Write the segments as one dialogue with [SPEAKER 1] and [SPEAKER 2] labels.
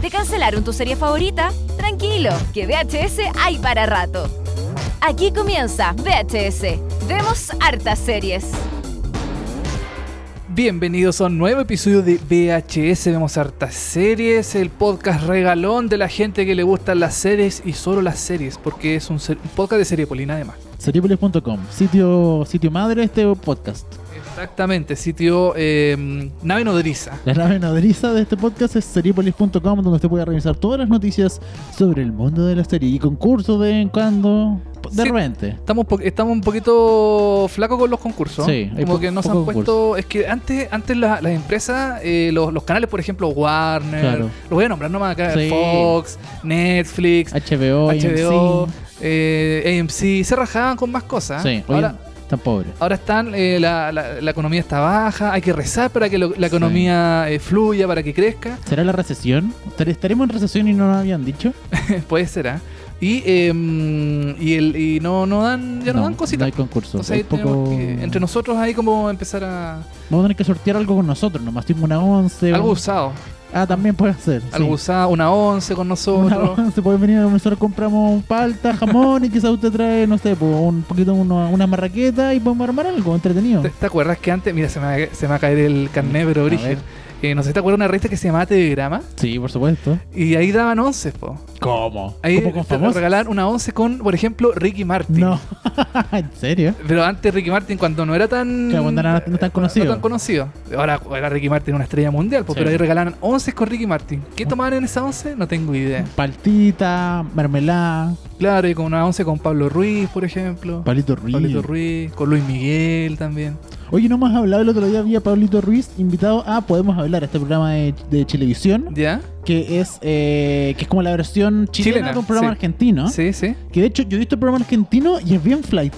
[SPEAKER 1] ¿Te cancelaron tu serie favorita? Tranquilo, que VHS hay para rato. Aquí comienza VHS. Vemos hartas series.
[SPEAKER 2] Bienvenidos a un nuevo episodio de VHS Vemos Hartas Series, el podcast regalón de la gente que le gustan las series y solo las series, porque es un, ser- un podcast de serie polina además.
[SPEAKER 3] Seriepolis.com, sitio, sitio madre de este podcast.
[SPEAKER 2] Exactamente, sitio eh, nave nodriza.
[SPEAKER 3] La nave nodriza de este podcast es seriepolis.com, donde usted puede revisar todas las noticias sobre el mundo de la serie y concursos de vez en cuando, de
[SPEAKER 2] Sí.
[SPEAKER 3] repente.
[SPEAKER 2] Estamos, po- estamos un poquito flacos con los concursos.
[SPEAKER 3] Sí, hay
[SPEAKER 2] como
[SPEAKER 3] po-
[SPEAKER 2] que no se han
[SPEAKER 3] pocos
[SPEAKER 2] puesto. Es que antes, antes la- las empresas, eh, los, los canales, por ejemplo, Warner,
[SPEAKER 3] Claro.
[SPEAKER 2] los voy a nombrar nomás acá,
[SPEAKER 3] Sí.
[SPEAKER 2] Fox, Netflix,
[SPEAKER 3] HBO,
[SPEAKER 2] HBO,
[SPEAKER 3] AMC.
[SPEAKER 2] eh, AMC, se rajaban con más cosas.
[SPEAKER 3] Sí, hoy
[SPEAKER 2] Ahora,
[SPEAKER 3] están pobres.
[SPEAKER 2] Ahora están, eh, la, la- la economía está baja, hay que rezar para que lo- la
[SPEAKER 3] Sí.
[SPEAKER 2] economía eh, fluya, para que crezca.
[SPEAKER 3] ¿Será la recesión? ¿Estar- ¿Estaremos en recesión y no nos habían dicho?
[SPEAKER 2] Puede ser, ¿ah? Y, eh, mm, y, el, y no, no dan, ya no, dan
[SPEAKER 3] No
[SPEAKER 2] cositas.
[SPEAKER 3] hay concurso.
[SPEAKER 2] Entonces ahí
[SPEAKER 3] hay poco...
[SPEAKER 2] tenemos que, entre nosotros ahí como empezar a...
[SPEAKER 3] Vamos a tener que sortear algo con nosotros, nomás tengo una 11.
[SPEAKER 2] Algo usado.
[SPEAKER 3] Ah, también puede ser. sí.
[SPEAKER 2] Algo usado, una once con nosotros.
[SPEAKER 3] Se puede venir a nosotros compramos palta, jamón y quizás usted trae, no sé, pues, un poquito una, una marraqueta y podemos armar algo entretenido.
[SPEAKER 2] ¿Te, te acuerdas que antes, mira, se me, va a- se me va a caer el carnet, pero
[SPEAKER 3] A
[SPEAKER 2] origen.
[SPEAKER 3] ver.
[SPEAKER 2] Eh, no sé si te acuerdas de una revista que se llamaba Telegrama
[SPEAKER 3] Sí, por supuesto.
[SPEAKER 2] y ahí daban once, po.
[SPEAKER 3] ¿Cómo?
[SPEAKER 2] Ahí
[SPEAKER 3] ¿Cómo con
[SPEAKER 2] te
[SPEAKER 3] famosos?
[SPEAKER 2] regalaban una once con, por ejemplo, Ricky Martin.
[SPEAKER 3] No, en serio.
[SPEAKER 2] Pero antes Ricky Martin, cuando no era tan.
[SPEAKER 3] Claro, cuando era- no tan conocido.
[SPEAKER 2] no tan conocido. Ahora, ahora Ricky Martin es una estrella mundial, pues,
[SPEAKER 3] Sí. Mm.
[SPEAKER 2] pero ahí regalaron 11 con Ricky Martin. ¿Qué tomaban en esa 11? No tengo idea.
[SPEAKER 3] Paltita, mermelada,
[SPEAKER 2] Claro, y con una 11 con Pablo Ruiz, por ejemplo.
[SPEAKER 3] Pablito Ruiz.
[SPEAKER 2] Pablito Ruiz, con Luis Miguel también.
[SPEAKER 3] Oye, no hemos hablado el otro día, había Pablito Ruiz invitado a Podemos Hablar, este programa de, de televisión,
[SPEAKER 2] ¿Ya?
[SPEAKER 3] que es eh, que es como la versión chilena,
[SPEAKER 2] Chilena,
[SPEAKER 3] de un programa
[SPEAKER 2] sí.
[SPEAKER 3] argentino.
[SPEAKER 2] Sí, sí.
[SPEAKER 3] Que de hecho yo he visto el programa argentino y es bien flight.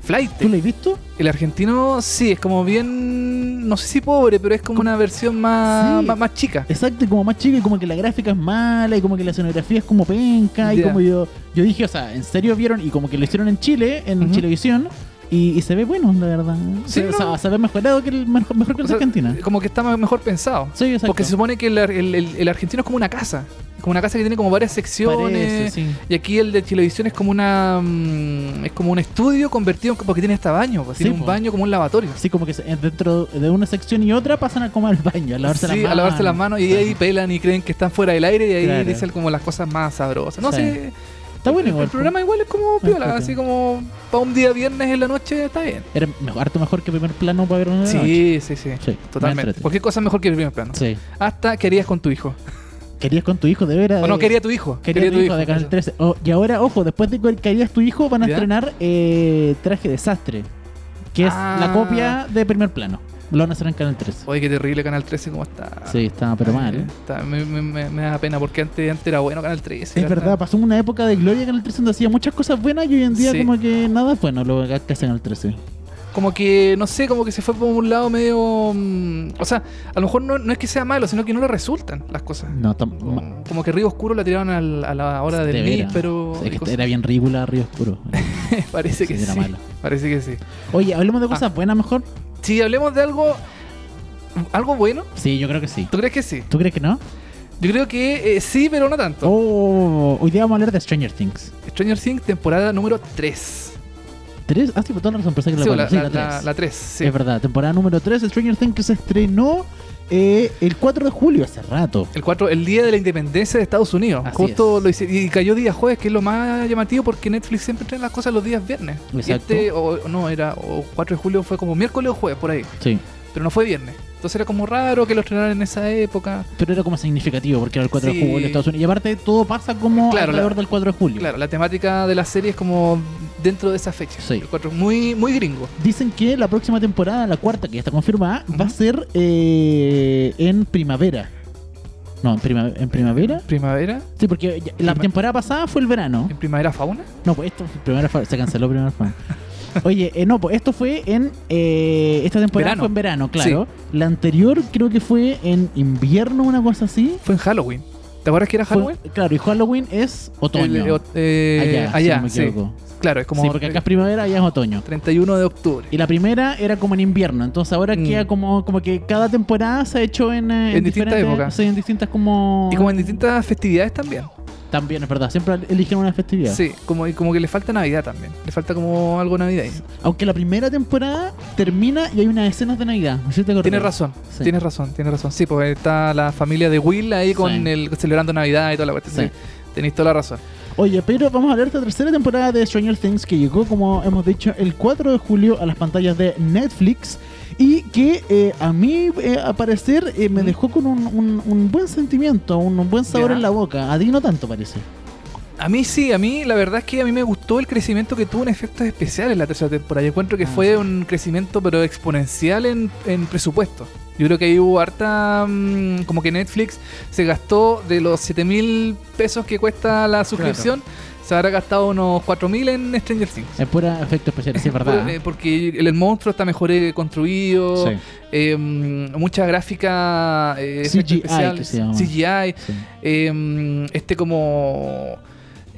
[SPEAKER 2] Flight.
[SPEAKER 3] ¿Tú lo has visto?
[SPEAKER 2] El argentino, sí, es como bien. No sé si pobre, pero es como una versión más,
[SPEAKER 3] Sí.
[SPEAKER 2] más, más chica.
[SPEAKER 3] Exacto, y como más chico, y como que la gráfica es mala, y como que la escenografía es como penca, y
[SPEAKER 2] Ya.
[SPEAKER 3] como yo, yo dije, o sea, en serio vieron, y como que lo hicieron en Chile, en
[SPEAKER 2] Ujú.
[SPEAKER 3] televisión, y, y se ve bueno, la verdad.
[SPEAKER 2] Sí,
[SPEAKER 3] se, o
[SPEAKER 2] no.
[SPEAKER 3] sea, se ve mejorado que el mejor, mejor que el
[SPEAKER 2] O sea,
[SPEAKER 3] de Argentina.
[SPEAKER 2] Como que está más- mejor pensado.
[SPEAKER 3] Sí, exacto.
[SPEAKER 2] Porque se supone que el, ar- el- el- el argentino es como una casa. Como una casa que tiene como varias secciones.
[SPEAKER 3] Parece, sí.
[SPEAKER 2] Y aquí el de televisión es como una mm, es como un estudio convertido en, porque tiene hasta baño, pues,
[SPEAKER 3] Sí,
[SPEAKER 2] tiene un
[SPEAKER 3] po.
[SPEAKER 2] baño como un lavatorio.
[SPEAKER 3] Sí, como que se- dentro de una sección y otra pasan a como al baño, a lavarse las
[SPEAKER 2] Sí,
[SPEAKER 3] manos.
[SPEAKER 2] a lavarse las manos y ahí pelan y creen que están fuera del aire y ahí
[SPEAKER 3] Claro.
[SPEAKER 2] dicen como las cosas más sabrosas. No
[SPEAKER 3] Sí.
[SPEAKER 2] sé,
[SPEAKER 3] Está bueno
[SPEAKER 2] el,
[SPEAKER 3] igual. pues. Ah,
[SPEAKER 2] el programa igual es como
[SPEAKER 3] Me
[SPEAKER 2] piola,
[SPEAKER 3] encuentro.
[SPEAKER 2] así como para un día viernes en la noche está bien.
[SPEAKER 3] Era mejor, harto mejor que primer plano para ver una de Ah, la noche.
[SPEAKER 2] Sí, sí, sí,
[SPEAKER 3] Sí, me
[SPEAKER 2] totalmente.
[SPEAKER 3] entrete.
[SPEAKER 2] Cualquier cosa es mejor que el primer plano.
[SPEAKER 3] Sí.
[SPEAKER 2] Hasta ¿qué harías con tu hijo.
[SPEAKER 3] ¿Querías con tu hijo, de veras?
[SPEAKER 2] O no,
[SPEAKER 3] eh,
[SPEAKER 2] quería tu hijo.
[SPEAKER 3] Quería tu hijo de Canal
[SPEAKER 2] eso.
[SPEAKER 3] 13. Oh, y ahora, ojo, después de que querías tu hijo, van a
[SPEAKER 2] ¿Ya?
[SPEAKER 3] estrenar eh, Traje Desastre, que es
[SPEAKER 2] Ah.
[SPEAKER 3] la copia de primer plano. Lo van a hacer en Canal 13.
[SPEAKER 2] Oye, qué terrible Canal 13, ¿cómo está?
[SPEAKER 3] Sí, está, pero mal.
[SPEAKER 2] Eh, está- me, me- me- me da pena porque antes, antes era bueno Canal 13.
[SPEAKER 3] Es
[SPEAKER 2] era-
[SPEAKER 3] verdad, pasó una época de gloria Canal 13 donde hacía muchas cosas buenas y hoy en día
[SPEAKER 2] Sí.
[SPEAKER 3] como que nada es bueno lo que hace Canal 13.
[SPEAKER 2] como que, no sé, como que se fue por un lado medio... mm, o sea, a lo mejor no, no es que sea malo, sino que no le resultan las cosas.
[SPEAKER 3] No, tam- ma-
[SPEAKER 2] Como, como que Río Oscuro la tiraron al- a la hora
[SPEAKER 3] de
[SPEAKER 2] Oh, del
[SPEAKER 3] veras.
[SPEAKER 2] mil, pero... y
[SPEAKER 3] Sí, que este
[SPEAKER 2] cosas-
[SPEAKER 3] era bien ridícula Río Oscuro.
[SPEAKER 2] parece que
[SPEAKER 3] sí, era
[SPEAKER 2] sí.
[SPEAKER 3] malo.
[SPEAKER 2] Parece que sí.
[SPEAKER 3] Oye, hablemos
[SPEAKER 2] Ah.
[SPEAKER 3] de cosas buenas mejor.
[SPEAKER 2] Si hablemos de algo... ¿Algo bueno?
[SPEAKER 3] Sí, yo creo que sí.
[SPEAKER 2] ¿Tú crees que sí?
[SPEAKER 3] ¿Tú crees que no?
[SPEAKER 2] Yo creo que eh, sí, pero no tanto.
[SPEAKER 3] Oh, hoy día vamos a hablar de Stranger Things.
[SPEAKER 2] Stranger Things, temporada número 3.
[SPEAKER 3] ¿Tres? Ah, sí, por toda la razón, pensé que la
[SPEAKER 2] Sí, o
[SPEAKER 3] cuatro.
[SPEAKER 2] la,
[SPEAKER 3] Sí,
[SPEAKER 2] la,
[SPEAKER 3] la
[SPEAKER 2] la-
[SPEAKER 3] tres.
[SPEAKER 2] la tres, sí.
[SPEAKER 3] Es verdad, temporada número 3, Stranger Things que se estrenó eh, el 4 de julio, hace rato.
[SPEAKER 2] El 4, el día de la independencia de Estados Unidos.
[SPEAKER 3] Así
[SPEAKER 2] Justo
[SPEAKER 3] es.
[SPEAKER 2] lo hice, y cayó día jueves, que es lo más llamativo porque Netflix siempre trae las cosas los días viernes. Y
[SPEAKER 3] Exacto.
[SPEAKER 2] Este, o, no, era o 4 de julio, fue como miércoles o jueves, por ahí.
[SPEAKER 3] Sí.
[SPEAKER 2] Pero no fue viernes. Entonces era como raro que lo estrenaran en esa época.
[SPEAKER 3] Pero era como significativo porque era el 4
[SPEAKER 2] Sí.
[SPEAKER 3] de julio en Estados Unidos. Y aparte todo pasa como
[SPEAKER 2] Claro,
[SPEAKER 3] alrededor
[SPEAKER 2] la-
[SPEAKER 3] del 4 de julio.
[SPEAKER 2] Claro, la temática de la serie es como dentro de esa fecha.
[SPEAKER 3] Sí.
[SPEAKER 2] El 4, muy, muy gringo.
[SPEAKER 3] Dicen que la próxima temporada, la cuarta que ya está confirmada, va a
[SPEAKER 2] Ujú.
[SPEAKER 3] ser eh, en primavera. No, en, prima- en primavera.
[SPEAKER 2] ¿Primavera?
[SPEAKER 3] Sí, porque ya- la
[SPEAKER 2] Prima-
[SPEAKER 3] temporada pasada fue el verano.
[SPEAKER 2] ¿En primavera fauna?
[SPEAKER 3] No, pues esto, primera fa- se canceló primera fan. Oye, eh, no, pues esto fue en. eh, esta temporada
[SPEAKER 2] Verano.
[SPEAKER 3] fue en verano, claro. La anterior creo que fue en invierno, una cosa así.
[SPEAKER 2] Fue en Halloween. ¿Te acuerdas que era Halloween?
[SPEAKER 3] Fue- claro, y Halloween es otoño.
[SPEAKER 2] El- eh, eh,
[SPEAKER 3] allá,
[SPEAKER 2] allá,
[SPEAKER 3] si no me
[SPEAKER 2] sí.
[SPEAKER 3] equivoco.
[SPEAKER 2] Claro, es como eh,
[SPEAKER 3] sí, porque acá es primavera y es otoño.
[SPEAKER 2] 31 de octubre.
[SPEAKER 3] Y la primera era como en invierno, entonces ahora
[SPEAKER 2] Mm.
[SPEAKER 3] queda como, como que cada temporada se ha hecho en, eh,
[SPEAKER 2] En distintas
[SPEAKER 3] diferentes-
[SPEAKER 2] épocas.
[SPEAKER 3] Sí, en distintas como...
[SPEAKER 2] Y como en distintas festividades también.
[SPEAKER 3] También, es verdad, siempre eligen una festividad.
[SPEAKER 2] Sí, como, y como que le falta Navidad también. Le falta como algo navideño.
[SPEAKER 3] Aunque la primera temporada termina y hay unas escenas de Navidad. ¿no sé si te acordás?
[SPEAKER 2] Tienes razón,
[SPEAKER 3] Sí.
[SPEAKER 2] tienes razón, tienes razón. Sí, porque está la familia de Will ahí con
[SPEAKER 3] Sí.
[SPEAKER 2] el celebrando Navidad y toda la cuestión. Sí.
[SPEAKER 3] Sí.
[SPEAKER 2] Tenéis toda la razón.
[SPEAKER 3] Oye, pero vamos a hablar de la tercera temporada de Stranger Things que llegó, como hemos dicho, el 4 de julio a las pantallas de Netflix y que eh, a mí, eh, a parecer, eh, me
[SPEAKER 2] Mm.
[SPEAKER 3] dejó con un, un- un buen sentimiento, un, un buen sabor
[SPEAKER 2] Ya.
[SPEAKER 3] en la boca. A ti no tanto, parece.
[SPEAKER 2] A mí sí, a mí la verdad es que a mí me gustó el crecimiento que tuvo en efectos especiales la tercera temporada. Yo encuentro que
[SPEAKER 3] Ah,
[SPEAKER 2] fue
[SPEAKER 3] sí.
[SPEAKER 2] un crecimiento pero exponencial en, en presupuesto. Yo creo que ahí hubo harta... mm, como que Netflix se gastó de los 7 mil pesos que cuesta la suscripción, se habrá gastado unos 4 mil en Stranger Things.
[SPEAKER 3] Es pura efecto especial, sí, es verdad.
[SPEAKER 2] Por- eh, Porque el, el monstruo está mejor eh, construido,
[SPEAKER 3] Sí,
[SPEAKER 2] eh, mm, mucha gráfica eh, efectos
[SPEAKER 3] CGI que
[SPEAKER 2] especiales,
[SPEAKER 3] se llama.
[SPEAKER 2] CGI,
[SPEAKER 3] sí.
[SPEAKER 2] eh, este como,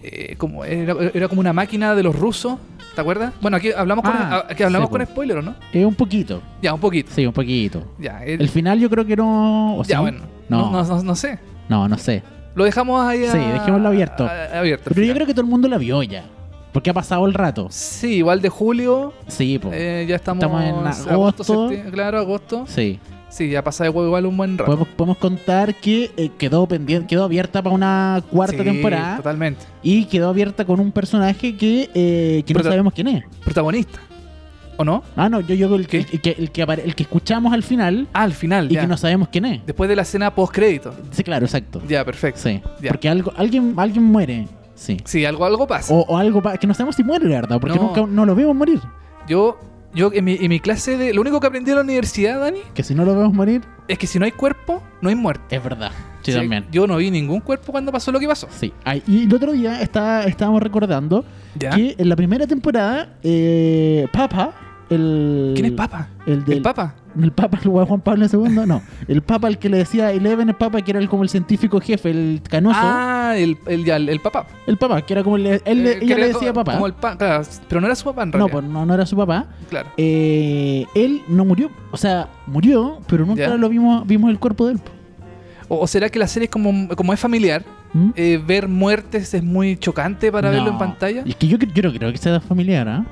[SPEAKER 2] eh, como era, era como una máquina de los rusos, ¿te acuerdas? Bueno, aquí hablamos con,
[SPEAKER 3] Ah,
[SPEAKER 2] aquí hablamos
[SPEAKER 3] sí,
[SPEAKER 2] con
[SPEAKER 3] po.
[SPEAKER 2] spoiler, ¿o ¿no?
[SPEAKER 3] Eh, un poquito,
[SPEAKER 2] Ya, un poquito.
[SPEAKER 3] sí, un poquito.
[SPEAKER 2] Ya, el-
[SPEAKER 3] El final yo creo que no... o
[SPEAKER 2] ya
[SPEAKER 3] sí,
[SPEAKER 2] bueno, no.
[SPEAKER 3] No.
[SPEAKER 2] No, no- no sé.
[SPEAKER 3] No, no sé.
[SPEAKER 2] Lo dejamos ahí. a-
[SPEAKER 3] Sí, dejémoslo abierto.
[SPEAKER 2] a- abierto.
[SPEAKER 3] Pero yo creo que todo el mundo la vio ya. Porque ha pasado el rato.
[SPEAKER 2] Sí, igual de julio,
[SPEAKER 3] Sí, po.
[SPEAKER 2] eh, ya estamos,
[SPEAKER 3] Estamos en agosto.
[SPEAKER 2] septiembre- claro, agosto.
[SPEAKER 3] Sí.
[SPEAKER 2] Sí, ya pasa igual un buen rato.
[SPEAKER 3] Podemos, podemos contar que eh, quedó pendiente, quedó abierta para una cuarta
[SPEAKER 2] Sí,
[SPEAKER 3] temporada
[SPEAKER 2] Totalmente.
[SPEAKER 3] y quedó abierta con un personaje que, eh, que no
[SPEAKER 2] Prota-
[SPEAKER 3] sabemos quién es.
[SPEAKER 2] Protagonista. ¿O no?
[SPEAKER 3] Ah, no, yo digo el que,
[SPEAKER 2] ¿Qué?
[SPEAKER 3] el que, el que, apare- el que escuchamos al final
[SPEAKER 2] Ah, al final.
[SPEAKER 3] y
[SPEAKER 2] ya.
[SPEAKER 3] que no sabemos quién es.
[SPEAKER 2] Después de la escena post-crédito.
[SPEAKER 3] Sí, claro, exacto.
[SPEAKER 2] Ya, perfecto. Sí,
[SPEAKER 3] Sí.
[SPEAKER 2] Ya.
[SPEAKER 3] Porque algo, alguien, alguien muere. Sí.
[SPEAKER 2] algo, algo pasa.
[SPEAKER 3] O, o algo pa- que no sabemos si muere, la verdad, porque
[SPEAKER 2] No.
[SPEAKER 3] nunca no lo vemos morir.
[SPEAKER 2] Yo, yo en, mi, en mi clase de. Lo único que aprendí en la universidad, Dani,
[SPEAKER 3] Que si no lo vemos morir,
[SPEAKER 2] es que si no hay cuerpo, no hay muerte.
[SPEAKER 3] es verdad. Sí,
[SPEAKER 2] O sea,
[SPEAKER 3] también.
[SPEAKER 2] Yo no vi ningún cuerpo cuando pasó lo que pasó.
[SPEAKER 3] Sí. Ay, y el otro día está, estábamos recordando
[SPEAKER 2] Ya.
[SPEAKER 3] que en la primera temporada, eh, Papa, el.
[SPEAKER 2] ¿Quién es Papa?
[SPEAKER 3] El, del,
[SPEAKER 2] ¿El Papa?
[SPEAKER 3] El Papa, el weón Juan Pablo II, no. El Papa, el que le decía a Eleven, el Papa, que era el, como el científico jefe, el canoso.
[SPEAKER 2] Ah, el, el, ya, el, el Papa.
[SPEAKER 3] El Papa, que era como el.
[SPEAKER 2] Eh,
[SPEAKER 3] él-
[SPEAKER 2] que
[SPEAKER 3] ella
[SPEAKER 2] era
[SPEAKER 3] le decía
[SPEAKER 2] co-
[SPEAKER 3] papá.
[SPEAKER 2] Como el pa- claro, pero no era su papá en
[SPEAKER 3] no,
[SPEAKER 2] realidad.
[SPEAKER 3] pues no, no era su papá.
[SPEAKER 2] Claro.
[SPEAKER 3] Eh, él no murió. O sea, murió, pero nunca
[SPEAKER 2] Ya.
[SPEAKER 3] lo vimos vimos el cuerpo de él. po.
[SPEAKER 2] O, o será que la serie es como, como es familiar,
[SPEAKER 3] ¿Mm?
[SPEAKER 2] eh, ver muertes es muy chocante para verlo en
[SPEAKER 3] No.
[SPEAKER 2] pantalla.
[SPEAKER 3] Y es que yo, cre- yo no creo que sea familiar, ¿ah?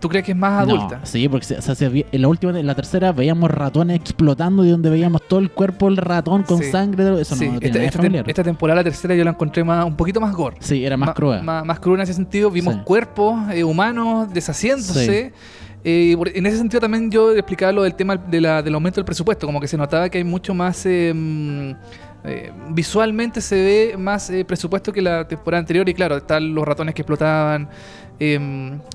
[SPEAKER 2] ¿Tú crees que es más adulta?
[SPEAKER 3] No, sí, porque se- se hacía bien- en la última, en la tercera veíamos ratones explotando de donde veíamos todo el cuerpo del ratón con
[SPEAKER 2] Sí.
[SPEAKER 3] sangre. Eso
[SPEAKER 2] Sí,
[SPEAKER 3] no,
[SPEAKER 2] esta,
[SPEAKER 3] no tiene nada de
[SPEAKER 2] esta tem-
[SPEAKER 3] familiar.
[SPEAKER 2] esta temporada, la tercera, yo la encontré más, un poquito más gore.
[SPEAKER 3] sí, era más
[SPEAKER 2] Ma-
[SPEAKER 3] cruel.
[SPEAKER 2] ma- más cruda en ese sentido. Vimos
[SPEAKER 3] Sí.
[SPEAKER 2] cuerpos eh, humanos deshaciéndose. Eh, por- en ese sentido también yo explicaba lo del tema de la- del aumento del presupuesto, como que se notaba que hay mucho más... eh, mm, eh, visualmente se ve más eh, presupuesto que la temporada anterior y claro, están los ratones que explotaban. Eh,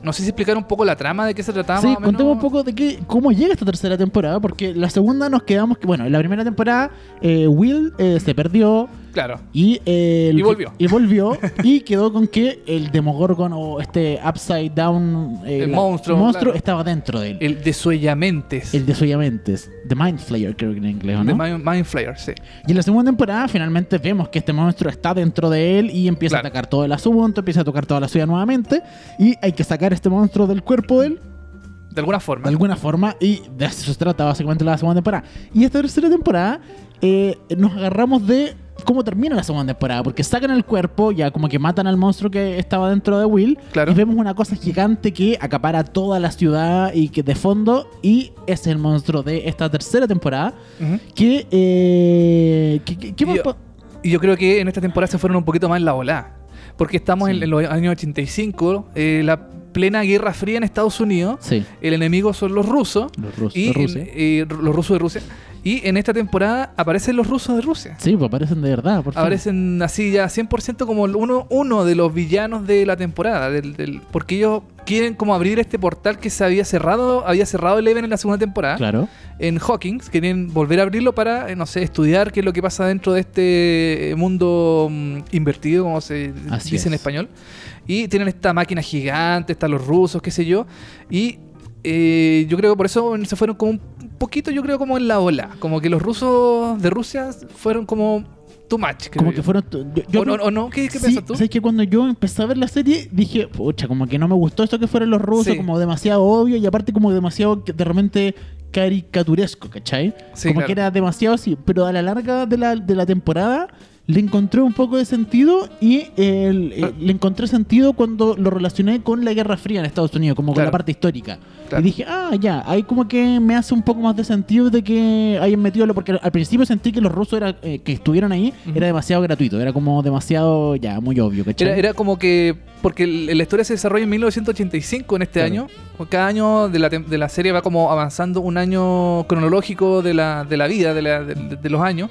[SPEAKER 2] no sé si explicar un poco la trama de qué se trataba.
[SPEAKER 3] Sí,
[SPEAKER 2] más o
[SPEAKER 3] contemos
[SPEAKER 2] menos.
[SPEAKER 3] un poco de qué, cómo llega esta tercera temporada, porque la segunda nos quedamos que, bueno, en la primera temporada eh, Will eh, se perdió
[SPEAKER 2] Claro.
[SPEAKER 3] y, eh, el-
[SPEAKER 2] Y volvió.
[SPEAKER 3] Y volvió y quedó con que el Demogorgon o este Upside Down eh,
[SPEAKER 2] El monstruo, claro. Eh,
[SPEAKER 3] estaba dentro de él.
[SPEAKER 2] El de Suellamentes.
[SPEAKER 3] El de Soyamentes, The Mind Flayer creo que en inglés, ¿o
[SPEAKER 2] de
[SPEAKER 3] ¿no?
[SPEAKER 2] Mind, Mind Flayer, sí.
[SPEAKER 3] Y en la segunda temporada finalmente vemos que este monstruo está dentro de él y empieza
[SPEAKER 2] Claro.
[SPEAKER 3] a atacar todo el asunto, empieza a tocar toda la ciudad nuevamente y hay que sacar este monstruo del cuerpo de él
[SPEAKER 2] De alguna forma.
[SPEAKER 3] de alguna forma y de eso se trata básicamente la segunda temporada. Y esta tercera temporada eh, nos agarramos de cómo termina la segunda temporada, porque sacan el cuerpo, ya como que matan al monstruo que estaba dentro de Will,
[SPEAKER 2] Claro.
[SPEAKER 3] y vemos una cosa gigante que acapara toda la ciudad y que de fondo, y ese es el monstruo de esta tercera temporada,
[SPEAKER 2] Ujú.
[SPEAKER 3] que... eh, que- que- que más
[SPEAKER 2] Yo-
[SPEAKER 3] po-
[SPEAKER 2] Y yo creo que en esta temporada se fueron un poquito más en la volada. Porque estamos
[SPEAKER 3] Sí.
[SPEAKER 2] en, en los años 85, eh, la plena Guerra Fría en Estados Unidos.
[SPEAKER 3] Sí,
[SPEAKER 2] El enemigo son los rusos.
[SPEAKER 3] los rusos.
[SPEAKER 2] Y
[SPEAKER 3] los rusos.
[SPEAKER 2] en- eh, los rusos de Rusia. Y en esta temporada aparecen los rusos de Rusia.
[SPEAKER 3] Sí, pues aparecen de verdad. Por fin.
[SPEAKER 2] Aparecen así ya 100% como el uno, uno de los villanos de la temporada. del- del- porque ellos quieren como abrir este portal que se había cerrado. Había cerrado Eleven en la segunda temporada.
[SPEAKER 3] Claro.
[SPEAKER 2] en Hawkins, quieren volver a abrirlo para, eh, no sé, estudiar qué es lo que pasa dentro de este eh, mundo mm, invertido, como se
[SPEAKER 3] Así
[SPEAKER 2] dice en
[SPEAKER 3] es.
[SPEAKER 2] español. Y tienen esta máquina gigante, están los rusos, qué sé yo. Y eh, yo creo que por eso se fueron como un poquito, yo creo, como en la ola. Como que los rusos de Rusia fueron como too much. creo
[SPEAKER 3] Como que
[SPEAKER 2] yo.
[SPEAKER 3] fueron. t- yo- yo
[SPEAKER 2] o, no,
[SPEAKER 3] creo-
[SPEAKER 2] o no, ¿qué, qué
[SPEAKER 3] Sí,
[SPEAKER 2] piensas tú?
[SPEAKER 3] ¿Sabes que cuando yo empecé a ver la serie dije, pucha, como que no me gustó esto que fueron los rusos,
[SPEAKER 2] Sí.
[SPEAKER 3] como demasiado obvio y aparte como demasiado que de repente caricaturesco, ¿cachai?
[SPEAKER 2] Sí,
[SPEAKER 3] como
[SPEAKER 2] claro.
[SPEAKER 3] que era demasiado así, pero a la larga de la, de la temporada le encontré un poco de sentido y el- eh,
[SPEAKER 2] Ah.
[SPEAKER 3] le encontré sentido cuando lo relacioné con la Guerra Fría en Estados Unidos, como con
[SPEAKER 2] Claro.
[SPEAKER 3] la parte histórica.
[SPEAKER 2] Claro.
[SPEAKER 3] Y dije, ah, ya, ahí como que me hace un poco más de sentido de que hayan metido lo, porque al principio sentí que los rusos era, eh, que estuvieron ahí
[SPEAKER 2] Ujú.
[SPEAKER 3] era demasiado gratuito, era como demasiado, ya, muy obvio, ¿cachai?
[SPEAKER 2] Era, era como que, porque el- la historia se desarrolla en 1985 en este
[SPEAKER 3] Claro.
[SPEAKER 2] año. Cada año de la, tem- de la serie va como avanzando un año cronológico de la, de la vida, de, la- de- de los años.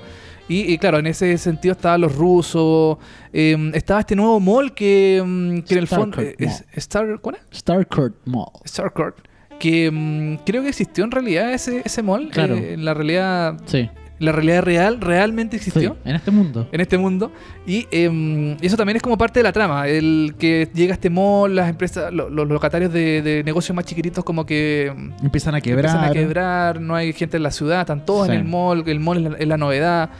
[SPEAKER 2] Y, y claro, en ese sentido estaban los rusos, eh, estaba este nuevo mall que, mm, que en el fondo...
[SPEAKER 3] Starcourt
[SPEAKER 2] es- Star, ¿Cuál es?
[SPEAKER 3] Starcourt Mall.
[SPEAKER 2] Starcourt. Que mm, creo que existió en realidad ese, ese mall.
[SPEAKER 3] Claro.
[SPEAKER 2] eh, en la realidad,
[SPEAKER 3] Sí,
[SPEAKER 2] la realidad real realmente
[SPEAKER 3] sí,
[SPEAKER 2] existió
[SPEAKER 3] en este mundo.
[SPEAKER 2] en este mundo. Y em, eso también es como parte de la trama. El que llega a este mall, las empresas, lo- los locatarios de, de negocios más chiquititos como que em,
[SPEAKER 3] Empiezan a quebrar.
[SPEAKER 2] empiezan a quebrar, no hay gente en la ciudad, están todos
[SPEAKER 3] Sí.
[SPEAKER 2] en el mall, el mall es la, es la novedad.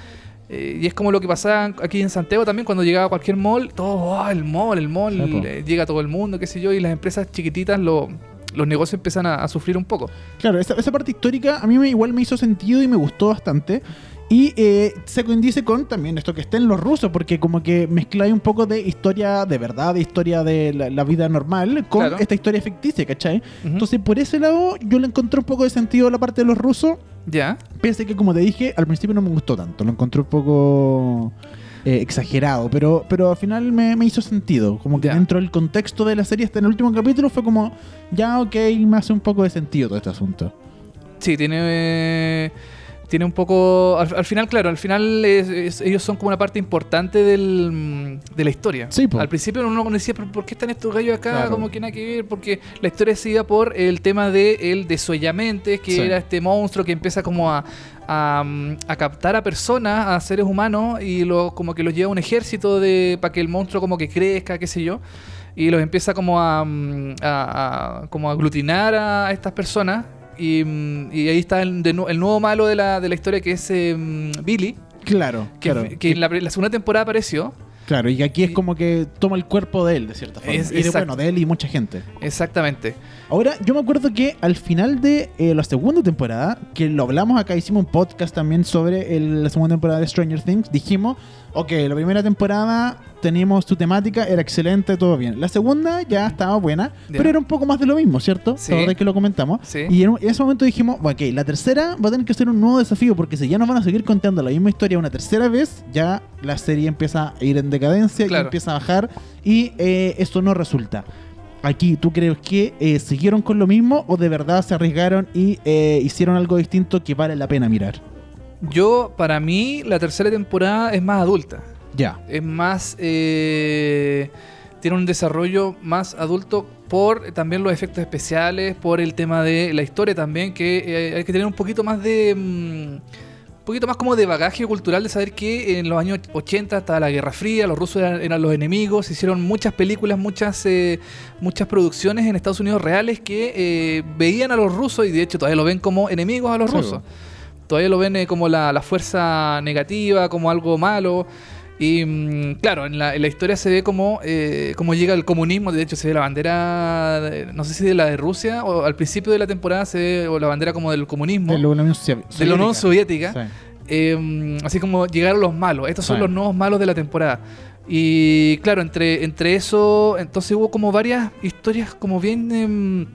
[SPEAKER 2] Eh, y es como lo que pasaba aquí en Santiago también, cuando llegaba a cualquier mall, todo, "Oh, el mall, el mall,
[SPEAKER 3] Sí, po.
[SPEAKER 2] eh, llega todo el mundo, qué sé yo, y las empresas chiquititas, lo- los negocios empiezan a, a sufrir un poco.
[SPEAKER 3] Claro, esa, esa parte histórica a mí me, igual me hizo sentido y me gustó bastante. Y eh, se coincide con también esto que estén los rusos, porque como que mezcláis un poco de historia de verdad, de historia de la, la vida normal, con
[SPEAKER 2] Claro.
[SPEAKER 3] esta historia ficticia, ¿cachai?
[SPEAKER 2] Ujú.
[SPEAKER 3] Entonces, por ese lado, yo le encontré un poco de sentido a la parte de los rusos,
[SPEAKER 2] ya.
[SPEAKER 3] pese que, como te dije, al principio no me gustó tanto, lo encontré un poco eh, exagerado, pero, pero al final me, me hizo sentido, como que
[SPEAKER 2] Ya.
[SPEAKER 3] dentro del contexto de la serie, hasta en el último capítulo, fue como, ya, ok, me hace un poco de sentido todo este asunto.
[SPEAKER 2] Sí, tiene. eh, tiene un poco. Al, al final, claro, al final es- es- ellos son como una parte importante del, mm, de la historia.
[SPEAKER 3] Sí, po.
[SPEAKER 2] Al principio uno no decía, "¿Pero ¿por qué están estos gallos acá?
[SPEAKER 3] Claro.
[SPEAKER 2] Como que nada que ver, porque la historia se iba por el tema de el desollamente, que
[SPEAKER 3] Sí.
[SPEAKER 2] era este monstruo que empieza como a. A, mm, a captar a personas, a seres humanos y lo, como que los lleva a un ejército de para que el monstruo como que crezca, qué sé yo y los empieza como a, mm, a- a- como a aglutinar a estas personas y, mm, y ahí está el, de nu- el nuevo malo de la, de la historia que es eh, mm, Billy
[SPEAKER 3] Claro,
[SPEAKER 2] que,
[SPEAKER 3] claro.
[SPEAKER 2] que en la, pri- la segunda temporada apareció
[SPEAKER 3] Claro, y aquí es
[SPEAKER 2] y-
[SPEAKER 3] como que toma el cuerpo de él, de cierta forma.
[SPEAKER 2] Es-
[SPEAKER 3] y de,
[SPEAKER 2] exacto.
[SPEAKER 3] bueno, de él y mucha gente.
[SPEAKER 2] exactamente
[SPEAKER 3] Ahora, yo me acuerdo que al final de eh, la segunda temporada, que lo hablamos acá, hicimos un podcast también sobre el- la segunda temporada de Stranger Things, dijimos, ok, la primera temporada teníamos tu temática, era excelente, todo bien. La segunda ya estaba buena,
[SPEAKER 2] Ya.
[SPEAKER 3] pero era un poco más de lo mismo, ¿cierto?
[SPEAKER 2] Sí.
[SPEAKER 3] ¿Te acordás que lo comentamos.
[SPEAKER 2] Sí.
[SPEAKER 3] Y en, un- en ese momento dijimos, ok, la tercera va a tener que ser un nuevo desafío, porque si ya nos van a seguir contando la misma historia una tercera vez, ya la serie empieza a ir en decadencia, y
[SPEAKER 2] Claro.
[SPEAKER 3] empieza a bajar, y eh, esto no resulta aquí, ¿tú crees que eh, siguieron con lo mismo o de verdad se arriesgaron y eh, hicieron algo distinto que vale la pena mirar?
[SPEAKER 2] yo para mí la tercera temporada es más adulta
[SPEAKER 3] Ya.
[SPEAKER 2] es más eh, tiene un desarrollo más adulto por eh, también los efectos especiales por el tema de la historia también que eh, hay que tener un poquito más de mm, un poquito más como de bagaje cultural de saber que en los años 80 estaba la Guerra Fría los rusos eran, eran los enemigos se hicieron muchas películas muchas eh, muchas producciones en Estados Unidos reales que eh, veían a los rusos y de hecho todavía lo ven como enemigos a los
[SPEAKER 3] Sí,
[SPEAKER 2] rusos todavía lo ven eh, como la, la fuerza negativa, como algo malo. Y mm, claro, en la, en la historia se ve como, eh, como llega el comunismo, de hecho se ve la bandera, de- no sé si de la de Rusia, o al principio de la temporada se ve o la bandera como del comunismo,
[SPEAKER 3] De
[SPEAKER 2] de
[SPEAKER 3] la Unión Sovi- Soviética.
[SPEAKER 2] la Unión Soviética.
[SPEAKER 3] Sí.
[SPEAKER 2] Eh, así como llegaron los malos. Estos son
[SPEAKER 3] Sí.
[SPEAKER 2] los nuevos malos de la temporada. Y claro, entre, entre eso, entonces hubo como varias historias como bien em,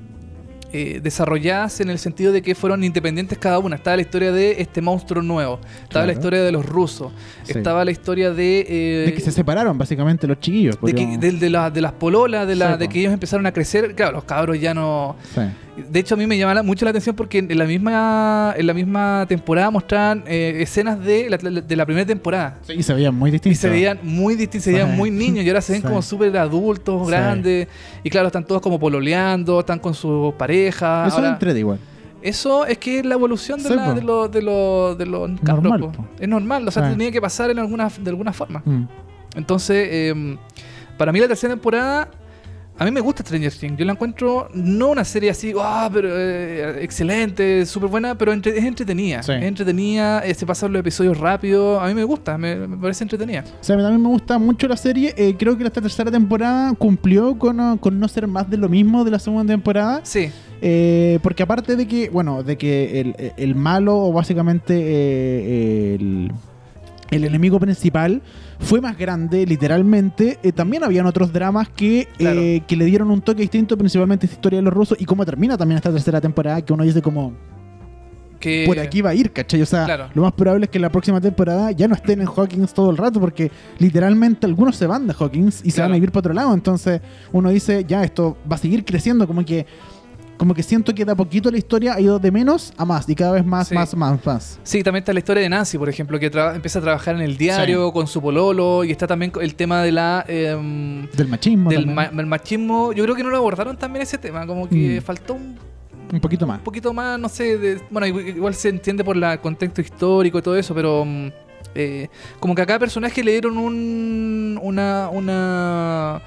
[SPEAKER 2] eh, desarrolladas en el sentido de que fueron independientes cada una. Estaba la historia de este monstruo nuevo, estaba
[SPEAKER 3] Claro.
[SPEAKER 2] la historia de los rusos,
[SPEAKER 3] Sí.
[SPEAKER 2] estaba la historia de... eh,
[SPEAKER 3] De que se separaron básicamente los chiquillos.
[SPEAKER 2] de, que-
[SPEAKER 3] podríamos-
[SPEAKER 2] del- de la- de las pololas, de, la,
[SPEAKER 3] Sí,
[SPEAKER 2] de
[SPEAKER 3] po.
[SPEAKER 2] que ellos empezaron a crecer. Claro, los cabros ya no...
[SPEAKER 3] Sí.
[SPEAKER 2] De hecho, a mí me llama la- mucho la atención porque en la misma, en la misma temporada mostraban eh, escenas de la, de la primera temporada.
[SPEAKER 3] Sí, y se veían muy
[SPEAKER 2] Y
[SPEAKER 3] distintos.
[SPEAKER 2] se veían muy distintos, se veían
[SPEAKER 3] Sí.
[SPEAKER 2] muy niños y ahora se ven
[SPEAKER 3] Sí.
[SPEAKER 2] como súper adultos,
[SPEAKER 3] Sí.
[SPEAKER 2] grandes. Y claro, están todos como pololeando, están con sus parejas.
[SPEAKER 3] Eso
[SPEAKER 2] ahora-
[SPEAKER 3] lo entrete igual.
[SPEAKER 2] eso es que es la evolución de,
[SPEAKER 3] Sí,
[SPEAKER 2] la-
[SPEAKER 3] po.
[SPEAKER 2] de los de los de los cabros,
[SPEAKER 3] Normal,
[SPEAKER 2] po.
[SPEAKER 3] po.
[SPEAKER 2] Es normal, o sea,
[SPEAKER 3] Sí.
[SPEAKER 2] tenía que pasar en alguna, de alguna forma.
[SPEAKER 3] Mm.
[SPEAKER 2] em, Entonces, eh, para mí la tercera temporada A mí me gusta Stranger Things. Yo la encuentro no una serie así, ah, pero eh, excelente, súper buena, pero entre- es entretenida.
[SPEAKER 3] Sí.
[SPEAKER 2] Es entretenida, eh, se pasan los episodios rápido. A mí me gusta, me, me parece entretenida.
[SPEAKER 3] O sea, a mí también me gusta mucho la serie. eh, creo que esta tercera temporada cumplió con, ah, con no ser más de lo mismo de la segunda temporada.
[SPEAKER 2] Sí,
[SPEAKER 3] Eh, porque aparte de que, bueno, de que el, el malo o básicamente eh, el, el enemigo principal fue más grande, literalmente, eh, también habían otros dramas que,
[SPEAKER 2] Claro.
[SPEAKER 3] eh, que le dieron un toque distinto, principalmente esta historia de los rusos y cómo termina también esta tercera temporada, que uno dice como,
[SPEAKER 2] que.
[SPEAKER 3] por aquí va a ir, ¿cachai? O sea,
[SPEAKER 2] claro.
[SPEAKER 3] lo más probable es que la próxima temporada ya no estén en Hawkins todo el rato, porque literalmente algunos se van de Hawkins y se
[SPEAKER 2] Claro.
[SPEAKER 3] van a vivir para otro lado. Entonces uno dice, ya, esto va a seguir creciendo, como que, como que siento que de a poquito la historia ha ido de menos a más, y cada vez más,
[SPEAKER 2] Sí.
[SPEAKER 3] más, más, más.
[SPEAKER 2] Sí, también está la historia de Nancy, por ejemplo, que tra- empieza a trabajar en el diario con su pololo y está también co- el tema de la. em,
[SPEAKER 3] Del machismo.
[SPEAKER 2] del
[SPEAKER 3] también,
[SPEAKER 2] ma- el machismo. Yo creo que no lo abordaron también ese tema, como que
[SPEAKER 3] Mm.
[SPEAKER 2] faltó un
[SPEAKER 3] un poquito más.
[SPEAKER 2] un poquito más, no sé, de- bueno, igu- igual se entiende por la- el contexto histórico y todo eso, pero mm, eh, como que a cada personaje le dieron un, una, una,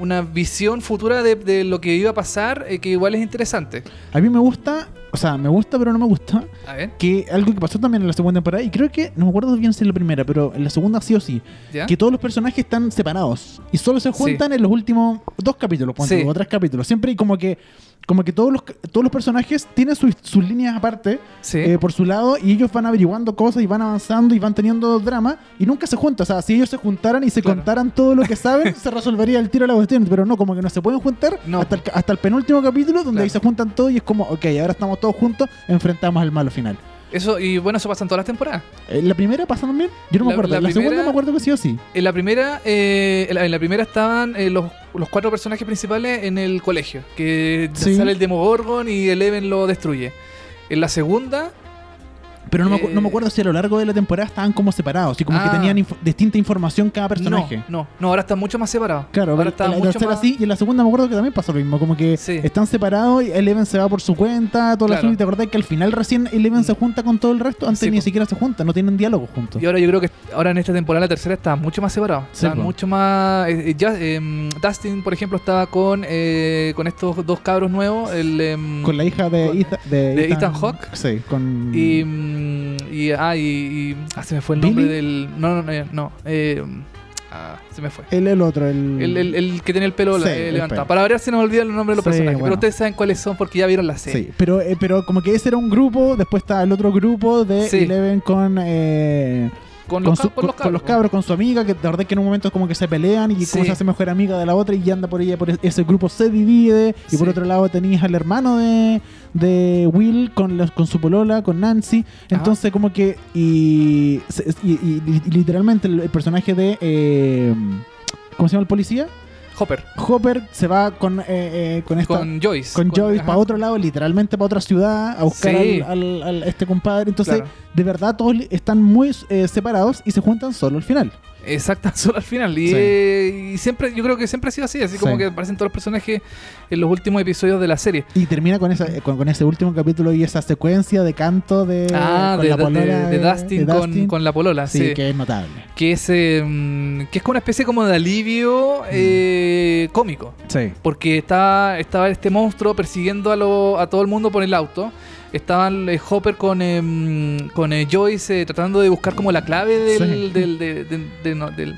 [SPEAKER 2] una visión futura de, de lo que iba a pasar, eh, que igual es interesante.
[SPEAKER 3] A mí me gusta, o sea, me gusta, pero no me gusta.
[SPEAKER 2] A ver,
[SPEAKER 3] Que algo que pasó también en la segunda temporada, y creo que, no me acuerdo bien si en la primera, pero en la segunda sí o sí,
[SPEAKER 2] ¿ya?
[SPEAKER 3] que todos los personajes están separados y solo se juntan en los últimos dos capítulos ponte
[SPEAKER 2] Sí.
[SPEAKER 3] tú, o tres capítulos siempre y como que como que todos los todos los personajes tienen sus, sus líneas aparte
[SPEAKER 2] Sí.
[SPEAKER 3] eh, por su lado y ellos van averiguando cosas y van avanzando y van teniendo drama y nunca se juntan o sea si ellos se juntaran y se
[SPEAKER 2] Claro.
[SPEAKER 3] contaran todo lo que saben se resolvería el tiro a la cuestión pero no como que no se pueden juntar
[SPEAKER 2] No.
[SPEAKER 3] hasta, el, ca- hasta el penúltimo capítulo donde
[SPEAKER 2] Claro.
[SPEAKER 3] ahí se juntan todos y es como ok ahora estamos todos juntos enfrentamos al malo final
[SPEAKER 2] Eso, y bueno, eso pasa en todas las temporadas.
[SPEAKER 3] Eh, la primera pasaron bien yo no me
[SPEAKER 2] La-
[SPEAKER 3] acuerdo
[SPEAKER 2] la
[SPEAKER 3] la, segunda
[SPEAKER 2] primera-
[SPEAKER 3] me acuerdo que sí o sí
[SPEAKER 2] En la primera, eh, en, la, en la primera estaban eh, los, los cuatro personajes principales en el colegio, que
[SPEAKER 3] Sí.
[SPEAKER 2] sale el Demogorgon y Eleven lo destruye. En la segunda,
[SPEAKER 3] Pero no, me, acu- no me
[SPEAKER 2] Eh,
[SPEAKER 3] acuerdo si a lo largo de la temporada estaban como separados y como que
[SPEAKER 2] Ah.
[SPEAKER 3] tenían inf- distinta información cada personaje.
[SPEAKER 2] No, no, no, ahora están mucho más separados.
[SPEAKER 3] Claro,
[SPEAKER 2] ahora
[SPEAKER 3] pero
[SPEAKER 2] están
[SPEAKER 3] en la
[SPEAKER 2] mucho
[SPEAKER 3] tercera
[SPEAKER 2] más.
[SPEAKER 3] sí y en la segunda me acuerdo que también pasó lo mismo, como que
[SPEAKER 2] Sí.
[SPEAKER 3] están separados y Eleven se va por su cuenta, todo
[SPEAKER 2] Claro.
[SPEAKER 3] lo y te acordás que al final recién Eleven
[SPEAKER 2] Mm.
[SPEAKER 3] se junta con todo el resto, antes
[SPEAKER 2] Sí,
[SPEAKER 3] ni
[SPEAKER 2] po.
[SPEAKER 3] siquiera se juntan, no tienen diálogo juntos.
[SPEAKER 2] Y ahora yo creo que ahora en esta temporada, la tercera, está mucho más separado.
[SPEAKER 3] Sí,
[SPEAKER 2] Están
[SPEAKER 3] po.
[SPEAKER 2] mucho más. eh, eh, ya, em, Dustin, por ejemplo, estaba con, eh, con estos dos cabros nuevos. El, em,
[SPEAKER 3] Con la hija de,
[SPEAKER 2] Con-
[SPEAKER 3] Ethan, de,
[SPEAKER 2] de Ethan Hawke.
[SPEAKER 3] Sí, con...
[SPEAKER 2] Y. mm, y, ah, y, y- ah, se me fue el nombre
[SPEAKER 3] ¿Billy?
[SPEAKER 2] del. No, no, no. eh, no, eh, ah, se me fue.
[SPEAKER 3] Él el otro, el...
[SPEAKER 2] El, el- el que tiene el pelo
[SPEAKER 3] Sí,
[SPEAKER 2] eh,
[SPEAKER 3] el
[SPEAKER 2] levantado.
[SPEAKER 3] pelo.
[SPEAKER 2] Para variar, se nos olvidan los nombres de los
[SPEAKER 3] Sí,
[SPEAKER 2] personajes. Pero
[SPEAKER 3] bueno.
[SPEAKER 2] ustedes saben cuáles son porque ya vieron la
[SPEAKER 3] Sí,
[SPEAKER 2] serie.
[SPEAKER 3] pero, eh, pero como que ese era un grupo, después está el otro grupo de
[SPEAKER 2] Sí.
[SPEAKER 3] Eleven con... eh,
[SPEAKER 2] Con,
[SPEAKER 3] con,
[SPEAKER 2] los,
[SPEAKER 3] su-
[SPEAKER 2] cab- con los
[SPEAKER 3] con- con los
[SPEAKER 2] cabros.
[SPEAKER 3] cabros, con su amiga, que la verdad que en un momento como que se pelean y
[SPEAKER 2] Sí.
[SPEAKER 3] como se hace mejor amiga de la otra y anda por ella, por ese- ese grupo se divide. Y por
[SPEAKER 2] Sí.
[SPEAKER 3] otro lado tenías al hermano de, de Will con, los, con su polola, con Nancy.
[SPEAKER 2] Ah.
[SPEAKER 3] Entonces como que... Y, se- y- y- y literalmente el, el personaje de... eh, ¿Cómo se llama el policía?
[SPEAKER 2] Hopper.
[SPEAKER 3] Hopper se va con, eh, eh, con esta... Con
[SPEAKER 2] Con Joyce.
[SPEAKER 3] Joyce
[SPEAKER 2] ajá,
[SPEAKER 3] para otro lado, literalmente para otra ciudad, a buscar
[SPEAKER 2] Sí.
[SPEAKER 3] al, al- al- este compadre. Entonces,
[SPEAKER 2] claro.
[SPEAKER 3] de verdad, todos li- están muy eh, separados y se juntan solo al final.
[SPEAKER 2] Exacta, solo al final. Y,
[SPEAKER 3] Sí.
[SPEAKER 2] eh, y siempre, yo creo que siempre ha sido así, así como
[SPEAKER 3] Sí.
[SPEAKER 2] que aparecen todos los personajes en los últimos episodios de la serie.
[SPEAKER 3] Y termina con, esa, eh, con, con ese último capítulo y esa secuencia de canto de,
[SPEAKER 2] ah, de,
[SPEAKER 3] Eh, con la
[SPEAKER 2] de-
[SPEAKER 3] polola
[SPEAKER 2] de- de
[SPEAKER 3] de-
[SPEAKER 2] Dustin,
[SPEAKER 3] de
[SPEAKER 2] Con, con la polola,
[SPEAKER 3] sí,
[SPEAKER 2] sí. Que...
[SPEAKER 3] que es notable.
[SPEAKER 2] es, eh, mm, que es como una especie como de alivio
[SPEAKER 3] Mm.
[SPEAKER 2] eh, cómico.
[SPEAKER 3] Sí.
[SPEAKER 2] Porque estaba, estaba este monstruo persiguiendo a, lo- a todo el mundo por el auto. Estaban eh, Hopper con, em, con eh, Joyce eh, tratando de buscar como la clave del,
[SPEAKER 3] Sí.
[SPEAKER 2] del- de, de- de- no, del-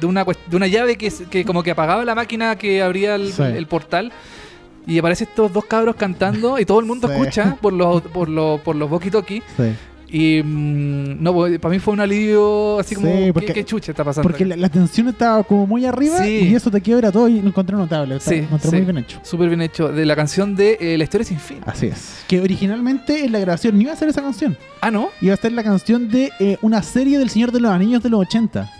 [SPEAKER 2] de una, cuest- de una llave que, es- que como que apagaba la máquina que abría el,
[SPEAKER 3] Sí.
[SPEAKER 2] el portal. Y aparecen estos dos cabros cantando y todo el mundo
[SPEAKER 3] Sí.
[SPEAKER 2] escucha por los, por los, por los walkie-talkie. Y mm, no, para mí fue un alivio así como,
[SPEAKER 3] Sí,
[SPEAKER 2] ¿qué- ¿qué,
[SPEAKER 3] porque-
[SPEAKER 2] chucha está pasando?
[SPEAKER 3] Porque la, la tensión estaba como muy arriba
[SPEAKER 2] Sí.
[SPEAKER 3] y eso te quiebra todo y lo encontré notable. está-
[SPEAKER 2] Sí,
[SPEAKER 3] lo encontré
[SPEAKER 2] sí.
[SPEAKER 3] muy bien hecho.
[SPEAKER 2] Súper bien hecho. De la canción de eh, La historia sin fin.
[SPEAKER 3] Así es. Que originalmente en la grabación no iba a ser esa canción.
[SPEAKER 2] Ah, ¿no?
[SPEAKER 3] Iba a ser la canción de eh, una serie del Señor de los Anillos de los 80.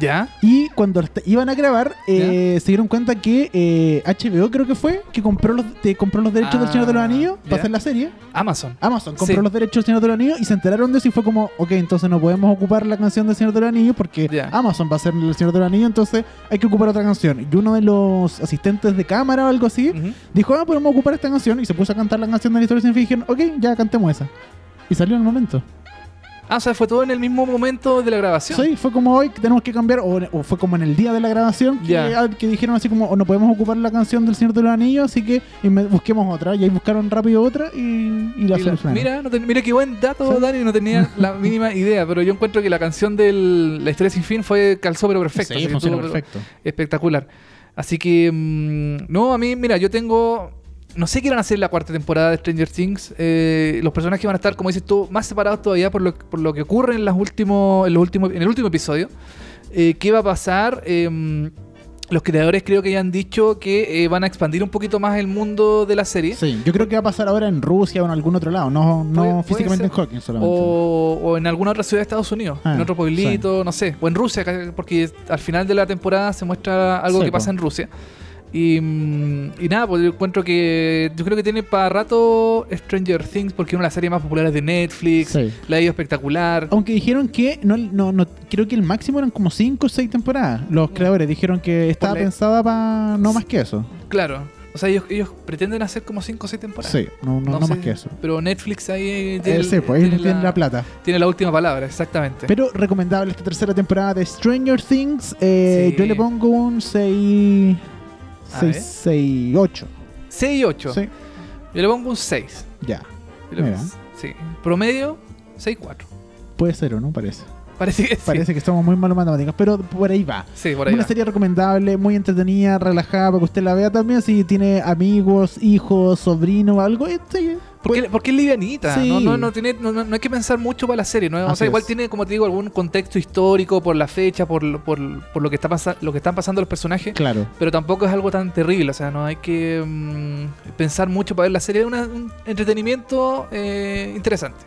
[SPEAKER 2] ¿Ya?
[SPEAKER 3] Y cuando est- iban a grabar, eh, se dieron cuenta que eh, HBO creo que fue, que compró los, te- compró los derechos del
[SPEAKER 2] Ah,
[SPEAKER 3] Señor de los Anillos
[SPEAKER 2] ya.
[SPEAKER 3] para hacer la serie.
[SPEAKER 2] Amazon.
[SPEAKER 3] Amazon compró
[SPEAKER 2] Sí.
[SPEAKER 3] los derechos del Señor de los Anillos y se enteraron de eso y fue como, ok, entonces no podemos ocupar la canción del Señor de los Anillos porque
[SPEAKER 2] Ya.
[SPEAKER 3] Amazon va a ser el Señor de los Anillos, entonces hay que ocupar otra canción. Y uno de los asistentes de cámara o algo así
[SPEAKER 2] Ujú.
[SPEAKER 3] dijo, ah, podemos ocupar esta canción y se puso a cantar la canción de la historia sin fin y dijeron, ok, ya cantemos esa. Y salió en el momento.
[SPEAKER 2] Ah, o sea, fue todo en el mismo momento de la grabación.
[SPEAKER 3] Sí, fue como hoy que tenemos que cambiar, o, o fue como en el día de la grabación, que,
[SPEAKER 2] Ya.
[SPEAKER 3] ah, que dijeron así como, "O no podemos ocupar la canción del Señor de los Anillos, así que inme- busquemos otra. Y ahí buscaron rápido otra y, y
[SPEAKER 2] Y la-
[SPEAKER 3] la solucionaron.
[SPEAKER 2] mira, no te- mira qué buen dato,
[SPEAKER 3] Sí.
[SPEAKER 2] Dani, no tenía la mínima idea, pero yo encuentro que la canción de La historia sin fin fue calzó pero perfecto.
[SPEAKER 3] Sí,
[SPEAKER 2] así que
[SPEAKER 3] funcionó
[SPEAKER 2] estuvo-
[SPEAKER 3] perfecto.
[SPEAKER 2] Espectacular. Así que, mm, no, a mí, mira, yo tengo. No sé qué van a hacer en la cuarta temporada de Stranger Things. Eh, los personajes van a estar, como dices tú, más separados todavía por lo, por lo que ocurre en, las últimos, en, los últimos, en el último episodio. Eh, ¿Qué va a pasar? Eh, los creadores creo que ya han dicho que eh, van a expandir un poquito más el mundo de la serie.
[SPEAKER 3] Sí, yo creo que va a pasar ahora en Rusia o en algún otro lado, no, no
[SPEAKER 2] Puede- puede
[SPEAKER 3] físicamente
[SPEAKER 2] ser.
[SPEAKER 3] en Hawking solamente.
[SPEAKER 2] O, o en alguna otra ciudad de Estados Unidos,
[SPEAKER 3] Ah,
[SPEAKER 2] en otro pueblito, no sé, o en Rusia, ca- porque al final de la temporada se muestra algo
[SPEAKER 3] Sí,
[SPEAKER 2] que
[SPEAKER 3] po.
[SPEAKER 2] pasa en Rusia. Y, mm, y nada, pues yo encuentro que yo creo que tiene para rato Stranger Things, porque es una de las series más populares de Netflix,
[SPEAKER 3] Sí. Oh.
[SPEAKER 2] la ha ido espectacular.
[SPEAKER 3] Aunque dijeron que, no, no, no, creo que el máximo eran como 5 o 6 temporadas. Los creadores dijeron que estaba
[SPEAKER 2] Ponle-
[SPEAKER 3] pensada para no más que eso.
[SPEAKER 2] Claro, o sea, ellos, ellos pretenden hacer como 5 o 6 temporadas.
[SPEAKER 3] Sí, no, no, no,
[SPEAKER 2] sé,
[SPEAKER 3] más que eso.
[SPEAKER 2] Pero Netflix ahí eh,
[SPEAKER 3] Eh, sí, pues ahí tienen la plata.
[SPEAKER 2] tiene la última palabra, exactamente.
[SPEAKER 3] Pero recomendable esta tercera temporada de Stranger Things. eh,
[SPEAKER 2] Sí.
[SPEAKER 3] Yo le pongo un 6.
[SPEAKER 2] A
[SPEAKER 3] 6, 6, 8.
[SPEAKER 2] 6 y 8.
[SPEAKER 3] Sí,
[SPEAKER 2] Yo le pongo un 6.
[SPEAKER 3] ya.
[SPEAKER 2] Yo le pongo
[SPEAKER 3] Mira.
[SPEAKER 2] un- Sí. Promedio, 6 4.
[SPEAKER 3] Puede ser o no, parece.
[SPEAKER 2] Parece que sí.
[SPEAKER 3] Parece que estamos muy malos en matemáticas, pero por ahí va.
[SPEAKER 2] Sí, por ahí.
[SPEAKER 3] Una
[SPEAKER 2] va.
[SPEAKER 3] serie recomendable, muy entretenida, relajada, para que usted la vea también. Si tiene amigos, hijos, sobrino o algo, este,
[SPEAKER 2] Porque, porque es livianita,
[SPEAKER 3] Sí.
[SPEAKER 2] no, no, no, tiene, no, no- no hay que pensar mucho para la serie. ¿no? O
[SPEAKER 3] Así
[SPEAKER 2] sea, igual
[SPEAKER 3] es.
[SPEAKER 2] tiene, como te digo, algún contexto histórico por la fecha, por, lo- por, por lo, que está pasa- lo que están pasando los personajes,
[SPEAKER 3] eh, claro.
[SPEAKER 2] pero tampoco es algo tan terrible. O sea, no hay que mm, pensar mucho para ver la serie. Es una- un entretenimiento eh, interesante.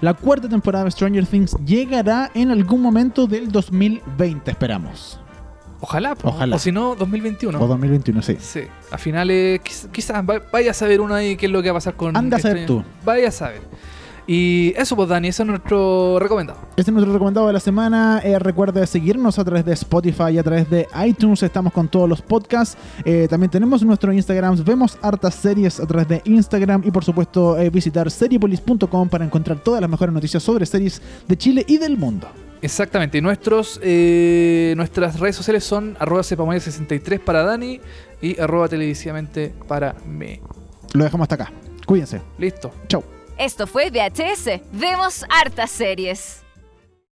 [SPEAKER 3] La cuarta temporada de Stranger Things llegará en algún momento del 2020, esperamos.
[SPEAKER 2] Ojalá, po.
[SPEAKER 3] Ojalá.
[SPEAKER 2] o si no, 2021.
[SPEAKER 3] O 2021, sí.
[SPEAKER 2] Sí, a finales quiz- quizás va- vaya a saber uno ahí qué es lo que va a pasar con...
[SPEAKER 3] Anda a saber
[SPEAKER 2] Stranger-
[SPEAKER 3] tú.
[SPEAKER 2] Vaya a saber. Y eso pues Dani, eso es nuestro recomendado.
[SPEAKER 3] Este es nuestro recomendado de la semana. Eh, recuerda seguirnos a través de Spotify y a través de iTunes. Estamos con todos los podcasts. Eh, también tenemos nuestro Instagram. Vemos hartas series a través de Instagram. Y por supuesto, eh, visitar seriepolis.com para encontrar todas las mejores noticias sobre series de Chile y del mundo.
[SPEAKER 2] Exactamente, y nuestros, eh, nuestras redes sociales son arroba sepamaya63 para Dani y arroba televisivamente para mí.
[SPEAKER 3] Lo dejamos hasta acá. Cuídense.
[SPEAKER 2] Listo.
[SPEAKER 3] Chau.
[SPEAKER 1] Esto fue VHS. Vemos hartas series.